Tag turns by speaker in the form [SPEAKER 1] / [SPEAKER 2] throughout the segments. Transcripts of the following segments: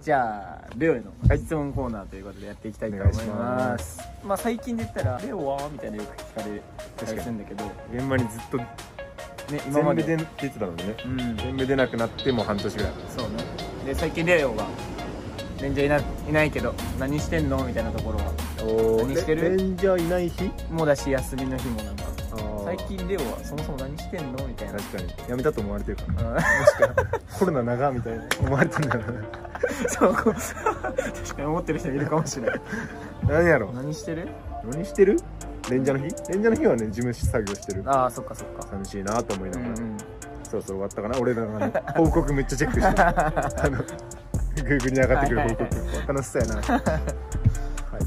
[SPEAKER 1] じゃあレオへの質問コーナーということでやっていきたいと思います
[SPEAKER 2] お願いします
[SPEAKER 1] まあ最近で言ったら「レオは?」みたいなよく聞かれたりするんだけど、ね、
[SPEAKER 2] 現場にずっと
[SPEAKER 1] 今ま
[SPEAKER 2] 全部
[SPEAKER 1] で
[SPEAKER 2] で出てたのでね
[SPEAKER 1] うん
[SPEAKER 2] 全部出なくなってもう半年ぐらい
[SPEAKER 1] そうねで最近レオが全然いないないけど何してんのみたいなところは
[SPEAKER 2] お
[SPEAKER 1] 何してる
[SPEAKER 2] レンジャーいない日
[SPEAKER 1] もうだし休みの日もなんか最
[SPEAKER 2] 最
[SPEAKER 1] 近レオはそもそも何してんのみたいな
[SPEAKER 2] 確かにやめたと思われてる からな
[SPEAKER 1] うん
[SPEAKER 2] もしかコロナ長みたいな思われてんだろうね
[SPEAKER 1] そうこう確かに思ってる人いるかもし れない
[SPEAKER 2] 何やろ
[SPEAKER 1] 何してる
[SPEAKER 2] 何してるレンジャーの日レンジャーの日はね事務作業してる
[SPEAKER 1] ああそっかそっか
[SPEAKER 2] 寂しいなと思いな
[SPEAKER 1] う
[SPEAKER 2] がら、
[SPEAKER 1] んうん
[SPEAKER 2] そろそろ終わったかな俺らの あの報告めっちゃチェックしてるあの Google に上がってくる報告、楽しそう やな、はい、ア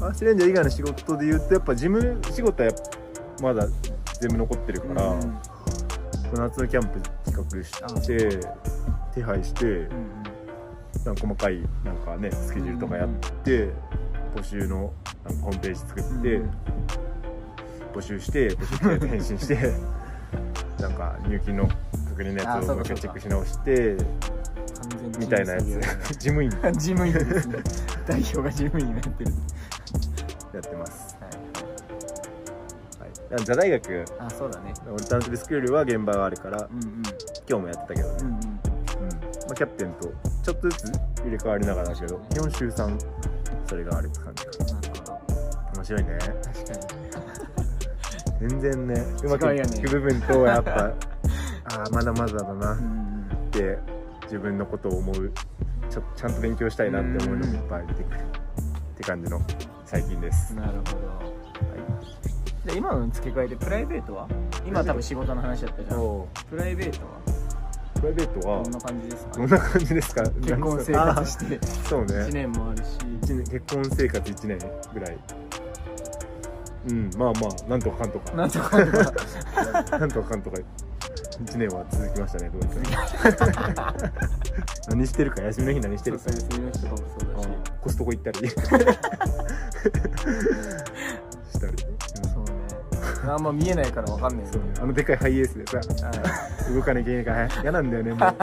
[SPEAKER 2] ースレンジャー以外の仕事で言うとやっぱ事務仕事はやっぱまだ全部残ってるから、
[SPEAKER 1] うん
[SPEAKER 2] 夏のキャンプ企
[SPEAKER 1] あ
[SPEAKER 2] 画して手配して
[SPEAKER 1] うんうん
[SPEAKER 2] なんか細かいなんかねスケジュールとかやって、募集のなんかホームページ作って、
[SPEAKER 1] うん
[SPEAKER 2] 募集して募集して返信して なんか入金の確認の
[SPEAKER 1] あ
[SPEAKER 2] やつ
[SPEAKER 1] そ
[SPEAKER 2] を
[SPEAKER 1] う
[SPEAKER 2] も
[SPEAKER 1] かそうか
[SPEAKER 2] う一回チェックし直して
[SPEAKER 1] 完全に
[SPEAKER 2] みたいなやつ 事務 員
[SPEAKER 1] 事務員ですね代表が事務員になってる
[SPEAKER 2] やってます、
[SPEAKER 1] はい
[SPEAKER 2] はい、だから座大学
[SPEAKER 1] あそうだね
[SPEAKER 2] オルタナティブスクールは現場があるから
[SPEAKER 1] うんうん
[SPEAKER 2] 今日もやってたけどね、
[SPEAKER 1] うんうん
[SPEAKER 2] うんまあ、キャプテンとちょっとずつ入れ替わりながらだけど基本週3それがあるって感じか
[SPEAKER 1] なるほど
[SPEAKER 2] な面白いね
[SPEAKER 1] 確かに
[SPEAKER 2] 全然ねうまく
[SPEAKER 1] 違う
[SPEAKER 2] い
[SPEAKER 1] よね
[SPEAKER 2] く部分 とやっぱああまだまだだな
[SPEAKER 1] うん
[SPEAKER 2] っ
[SPEAKER 1] うん
[SPEAKER 2] て自分のことを思うちょちゃんと勉強したいなって思うのもいっぱい出てくるって感じの最近です、
[SPEAKER 1] なるほど、はい、で今のに付け加えてプライベートは今多分仕事の話だったじゃん
[SPEAKER 2] そ
[SPEAKER 1] プライベート
[SPEAKER 2] うプライベート
[SPEAKER 1] は
[SPEAKER 2] は
[SPEAKER 1] どんな感じですか
[SPEAKER 2] どんな感じですか
[SPEAKER 1] 結婚生
[SPEAKER 2] なん
[SPEAKER 1] 活
[SPEAKER 2] です
[SPEAKER 1] し
[SPEAKER 2] か
[SPEAKER 1] て
[SPEAKER 2] あーそう
[SPEAKER 1] 1
[SPEAKER 2] ね
[SPEAKER 1] 年もあるし
[SPEAKER 2] 一年結婚生活1年ぐらいうんまあまあなんとかかんとか
[SPEAKER 1] なんとかな
[SPEAKER 2] なんとかかんとか1年は続きましたねどうにか 何してるか休みの日何してるか
[SPEAKER 1] 休みの日とかもそうだし
[SPEAKER 2] コストコ行ったりしたり、
[SPEAKER 1] そうねあんま見えないからわかんない
[SPEAKER 2] そうねあのでかいハイエースでさ
[SPEAKER 1] あ
[SPEAKER 2] 動かなきゃいけないから嫌なんだよねもうあ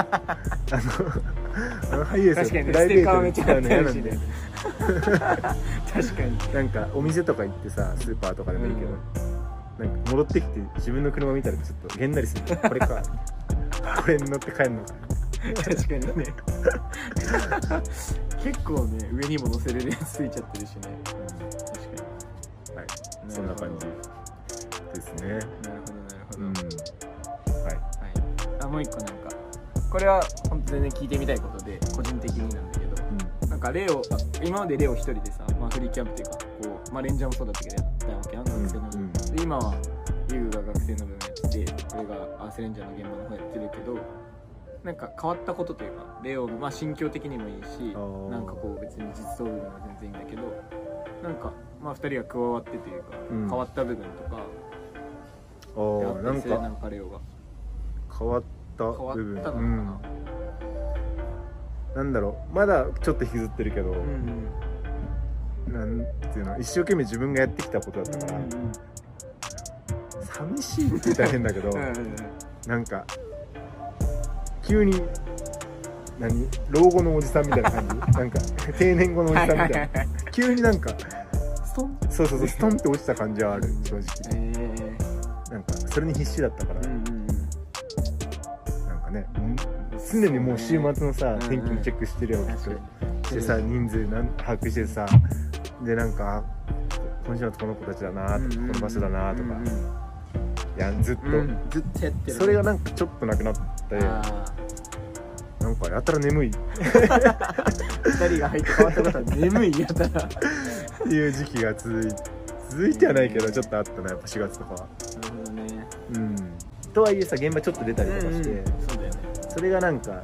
[SPEAKER 2] のあのハイエース
[SPEAKER 1] 確かにね
[SPEAKER 2] プライ
[SPEAKER 1] ス
[SPEAKER 2] ベート
[SPEAKER 1] テッカーめっちゃ
[SPEAKER 2] 使うの嫌なんだよね
[SPEAKER 1] 確かに
[SPEAKER 2] なんかお店とか行ってさスーパーとかでもいいけど、なんか戻ってきて自分の車見たらちょっとげんなりす るこれかこれに乗って帰るのか
[SPEAKER 1] 確かにね 結構ね上にも乗せれるやつついちゃってるしね確か
[SPEAKER 2] はい
[SPEAKER 1] に
[SPEAKER 2] そんな感じですね。
[SPEAKER 1] なるほどなるほど、
[SPEAKER 2] うん。はい。
[SPEAKER 1] はい、あもう一個なんかこれは本当全然聞いてみたいことで個人的になんだけどなんかレオあ今までレオ一人でさ、まあ、フリーキャンプっていうかこう、まあ、レンジャーもそうだったけどやったわけやん学生の部
[SPEAKER 2] うんう
[SPEAKER 1] 分、
[SPEAKER 2] ん
[SPEAKER 1] で今はリュウが学生の部分やって俺がアースレンジャーの現場の方やってるけどなんか変わったことというかレオ、まあ、心境的にもいいし
[SPEAKER 2] あー
[SPEAKER 1] なんかこう別に実装部分は全然いいんだけどなんか、まあ、2人が加わってというか、
[SPEAKER 2] うん
[SPEAKER 1] 変わった部分とかであ
[SPEAKER 2] ああ、
[SPEAKER 1] っ
[SPEAKER 2] な
[SPEAKER 1] たり
[SPEAKER 2] ん
[SPEAKER 1] するな
[SPEAKER 2] か
[SPEAKER 1] んかレオが
[SPEAKER 2] 変わった
[SPEAKER 1] 変わっ
[SPEAKER 2] 部分。
[SPEAKER 1] たのか
[SPEAKER 2] う
[SPEAKER 1] な、
[SPEAKER 2] ん。なんだろう。まだちょっと引きずってるけど、
[SPEAKER 1] うんうん
[SPEAKER 2] なんていうの、一生懸命自分がやってきたことだったから、寂しいって言ったら変だけど、なんか急に。何老後のおじさんみたいな感じ なんか定年後のおじさんみたいな
[SPEAKER 1] な。
[SPEAKER 2] 急になんか
[SPEAKER 1] ストン
[SPEAKER 2] そうそうそうストンって落ちた感じはある正直
[SPEAKER 1] ええ
[SPEAKER 2] なんかそれに必死だったから、
[SPEAKER 1] うんうんうん。
[SPEAKER 2] なんかね常にもう週末のさ、
[SPEAKER 1] うん
[SPEAKER 2] 天気もチェックしてるよきっ
[SPEAKER 1] 確
[SPEAKER 2] と
[SPEAKER 1] かに。
[SPEAKER 2] でさ人数なん把握してさでなんか今週のこの子たちだなとか、この場所だなとか、
[SPEAKER 1] うんうん
[SPEAKER 2] いやずっと、
[SPEAKER 1] うんずっとやってる。
[SPEAKER 2] それがなんかちょっとなくなってな
[SPEAKER 1] あ
[SPEAKER 2] んかやたら眠いっ
[SPEAKER 1] ー二人が入って変わったことは眠いやったら。なる
[SPEAKER 2] ていう時期が続い続いてはないけ
[SPEAKER 1] う
[SPEAKER 2] ど
[SPEAKER 1] ん
[SPEAKER 2] ちょっとあったなやっぱ4月とかは。
[SPEAKER 1] ほどね。
[SPEAKER 2] うん、とはいえさ現場ちょっと出たりとかして、
[SPEAKER 1] うんうんそうだよね。
[SPEAKER 2] それがなんか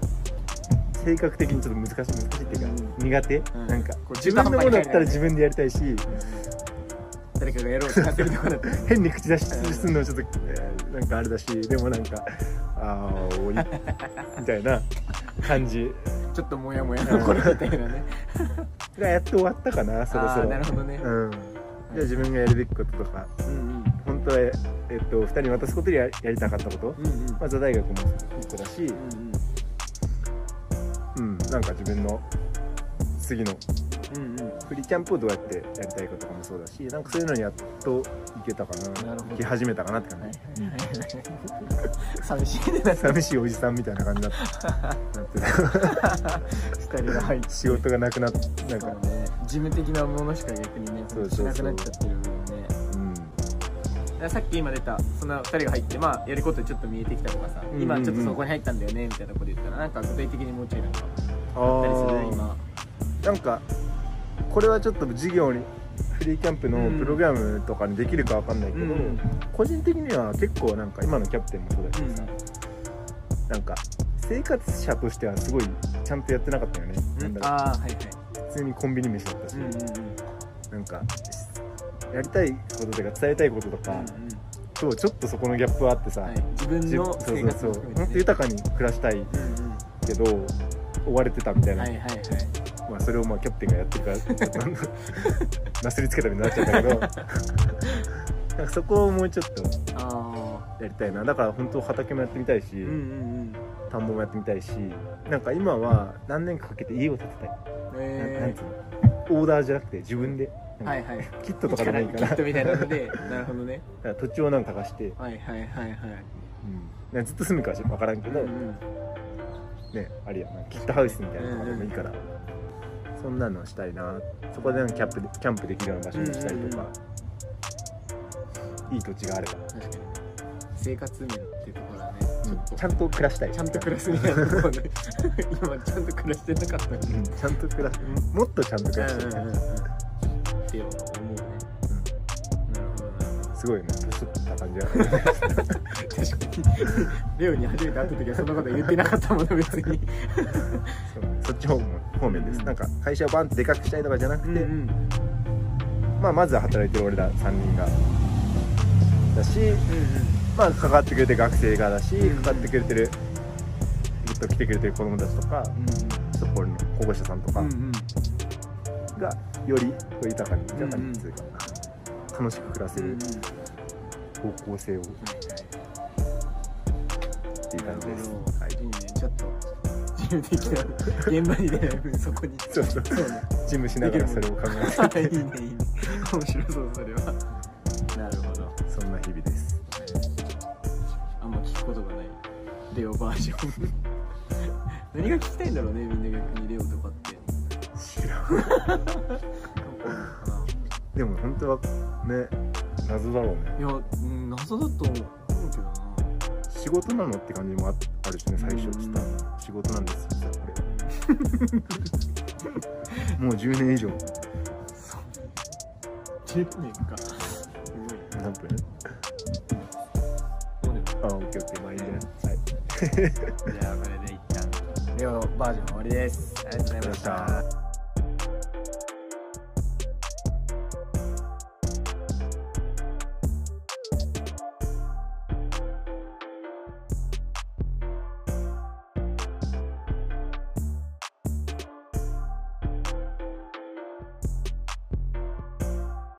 [SPEAKER 2] 性格的にちょっと難しい難しいっていうか、苦手、
[SPEAKER 1] ん
[SPEAKER 2] なんか
[SPEAKER 1] こう
[SPEAKER 2] 自分のものだったら自分でやりたいし、
[SPEAKER 1] 誰かがやろうってなってるとこだったら。
[SPEAKER 2] 変に口出しするのはちょっと、えーなんかあれだしでもなんかああ おいみたいな感じ
[SPEAKER 1] ちょっとモヤモヤ残るみたいなね。
[SPEAKER 2] がやって終わったかなそろそ
[SPEAKER 1] あー
[SPEAKER 2] ろ
[SPEAKER 1] なるほどね。
[SPEAKER 2] うん、じゃあ自分がやるべきこととか
[SPEAKER 1] うん
[SPEAKER 2] 本当はええっと2人に渡すことでややりたかったこと、
[SPEAKER 1] うん。うんうん。
[SPEAKER 2] まあ、座大学も一個だ
[SPEAKER 1] う
[SPEAKER 2] し、
[SPEAKER 1] んうん
[SPEAKER 2] うん、なんか自分の次の
[SPEAKER 1] うんうん
[SPEAKER 2] フリーキャンプをどうやってやりたいかとかもそうだしなんかそういうのにやっと行けたかな
[SPEAKER 1] なるほど
[SPEAKER 2] 行き始めたかなって
[SPEAKER 1] は
[SPEAKER 2] 感
[SPEAKER 1] い
[SPEAKER 2] じ、
[SPEAKER 1] はいはいはい寂しいねなんか
[SPEAKER 2] 寂しいおじさんみたいな感じになってなって
[SPEAKER 1] 二人が 入って
[SPEAKER 2] た仕事がなくなってなん
[SPEAKER 1] そう
[SPEAKER 2] か
[SPEAKER 1] ね事務的なものしか逆にね
[SPEAKER 2] そう
[SPEAKER 1] し
[SPEAKER 2] そう
[SPEAKER 1] なく
[SPEAKER 2] そう
[SPEAKER 1] なっちゃってる部分ね
[SPEAKER 2] うん
[SPEAKER 1] だからさっき今出たその2人が入ってまあやることちょっと見えてきたとかさ、
[SPEAKER 2] うんうん
[SPEAKER 1] 今ちょっとそこに入ったんだよねみたいなこと言ったらなんか具体的にもうちょいなんか
[SPEAKER 2] あ
[SPEAKER 1] あったりする
[SPEAKER 2] ー
[SPEAKER 1] 今
[SPEAKER 2] なんかこれはちょっと授業にフリーキャンプのプログラムとかにできるかわかんないけど、
[SPEAKER 1] うん
[SPEAKER 2] 個人的には結構なんか今のキャプテンもそうだけどさ、なんか生活者としてはすごいちゃんとやってなかったよね、
[SPEAKER 1] う
[SPEAKER 2] なん
[SPEAKER 1] ん、
[SPEAKER 2] だろ
[SPEAKER 1] ああはいはいう
[SPEAKER 2] 普通にコンビニ飯だったし、
[SPEAKER 1] うんうんうん
[SPEAKER 2] なんかやりたいこととか伝えたいこととか、そうちょっとそこのギャップはあってさ、
[SPEAKER 1] はい、自分
[SPEAKER 2] 自分
[SPEAKER 1] の
[SPEAKER 2] そ
[SPEAKER 1] 生
[SPEAKER 2] うそう
[SPEAKER 1] 活
[SPEAKER 2] そ
[SPEAKER 1] を
[SPEAKER 2] う
[SPEAKER 1] 含
[SPEAKER 2] 本
[SPEAKER 1] め
[SPEAKER 2] 当
[SPEAKER 1] て、ね、
[SPEAKER 2] 豊かに暮らしたい
[SPEAKER 1] うんうん
[SPEAKER 2] けど追われてたみたいな、
[SPEAKER 1] はいはいはい
[SPEAKER 2] まあ、それをまあキャプテンがやってるから なんかなすりつけたみたいになっちゃった けどなんかそこをもうちょっと
[SPEAKER 1] ああ
[SPEAKER 2] やりたいなだから本当畑もやってみたいし、
[SPEAKER 1] うんうん
[SPEAKER 2] 田んぼもやってみたいしなんか今は何年かかけて家を建てたい、
[SPEAKER 1] うん
[SPEAKER 2] なんかなん
[SPEAKER 1] え
[SPEAKER 2] つうのオーダーじゃなくて自分で、
[SPEAKER 1] ー、
[SPEAKER 2] な
[SPEAKER 1] は
[SPEAKER 2] ん
[SPEAKER 1] い
[SPEAKER 2] か
[SPEAKER 1] はい
[SPEAKER 2] キットとかじゃ ないから
[SPEAKER 1] キットみたいなのでなるほどね
[SPEAKER 2] だから土地をなんか貸して、
[SPEAKER 1] はいはいはいはい
[SPEAKER 2] なんかずっと住むかはちょっと分からんけど、
[SPEAKER 1] うん
[SPEAKER 2] ねあれやなキットハウスみたいなのでもいいから、そんなのしたいなそこでなんかキャンプでキャンプできるような場所にしたりとか、いい土地があれば、
[SPEAKER 1] 確かに生活面っていうところはねちょっと
[SPEAKER 2] ちゃんと暮らしたい
[SPEAKER 1] ちゃんと暮らすみたいなところで 今ちゃんと暮らしてなかった
[SPEAKER 2] うんちゃんと暮らすもっとちゃんと暮らしたい、
[SPEAKER 1] うんうんうんうんっていうのを思うねなるほどな
[SPEAKER 2] すごいよね年取った感じが
[SPEAKER 1] 確かに レオに初めて会った時はそんなこと言ってなかったもの別に
[SPEAKER 2] そうねそっち方面方面です、
[SPEAKER 1] うん
[SPEAKER 2] なんか会社をバンってでかくしたいとかじゃなくて、
[SPEAKER 1] うん
[SPEAKER 2] まあ、まずは働いてる俺ら3人がだしまあ、関わってくれてる学生がだし、
[SPEAKER 1] うん
[SPEAKER 2] 関わってくれてるずっと来てくれてる子供たちとかそこの保護者さんとか
[SPEAKER 1] うんうん
[SPEAKER 2] がより豊かに豊か
[SPEAKER 1] うんう
[SPEAKER 2] に
[SPEAKER 1] ん
[SPEAKER 2] っていうか、楽しく暮らせる方向性をっていう
[SPEAKER 1] な
[SPEAKER 2] 感
[SPEAKER 1] る
[SPEAKER 2] じ
[SPEAKER 1] ほ
[SPEAKER 2] です、
[SPEAKER 1] ど、、
[SPEAKER 2] は
[SPEAKER 1] い
[SPEAKER 2] いい、
[SPEAKER 1] ねちょっと自由的な現場に出ない分そこに
[SPEAKER 2] そうそう
[SPEAKER 1] そうね
[SPEAKER 2] 事務しながらそれを考
[SPEAKER 1] あ
[SPEAKER 2] え
[SPEAKER 1] いいねいいね面白そうそれはなるほど
[SPEAKER 2] てそんな日々です
[SPEAKER 1] あんま聞くことがないレオバージョン 何が聞きたいんだろうねみんな逆にレオとかって
[SPEAKER 2] 知らんでも本当はね謎だろうね
[SPEAKER 1] いやうん謎だと思うけどな
[SPEAKER 2] 仕事なのって感じもああるしね最初
[SPEAKER 1] うん
[SPEAKER 2] した仕事なんですよ実はこれ もう10年以上
[SPEAKER 1] そう10年かすごいな
[SPEAKER 2] 何分
[SPEAKER 1] そうね
[SPEAKER 2] あ、オッケーオッケー、まあいいんじゃない。はい。
[SPEAKER 1] じゃあこれで一旦レオのバージョン終わりですありがとうございまし
[SPEAKER 2] ありがとうございました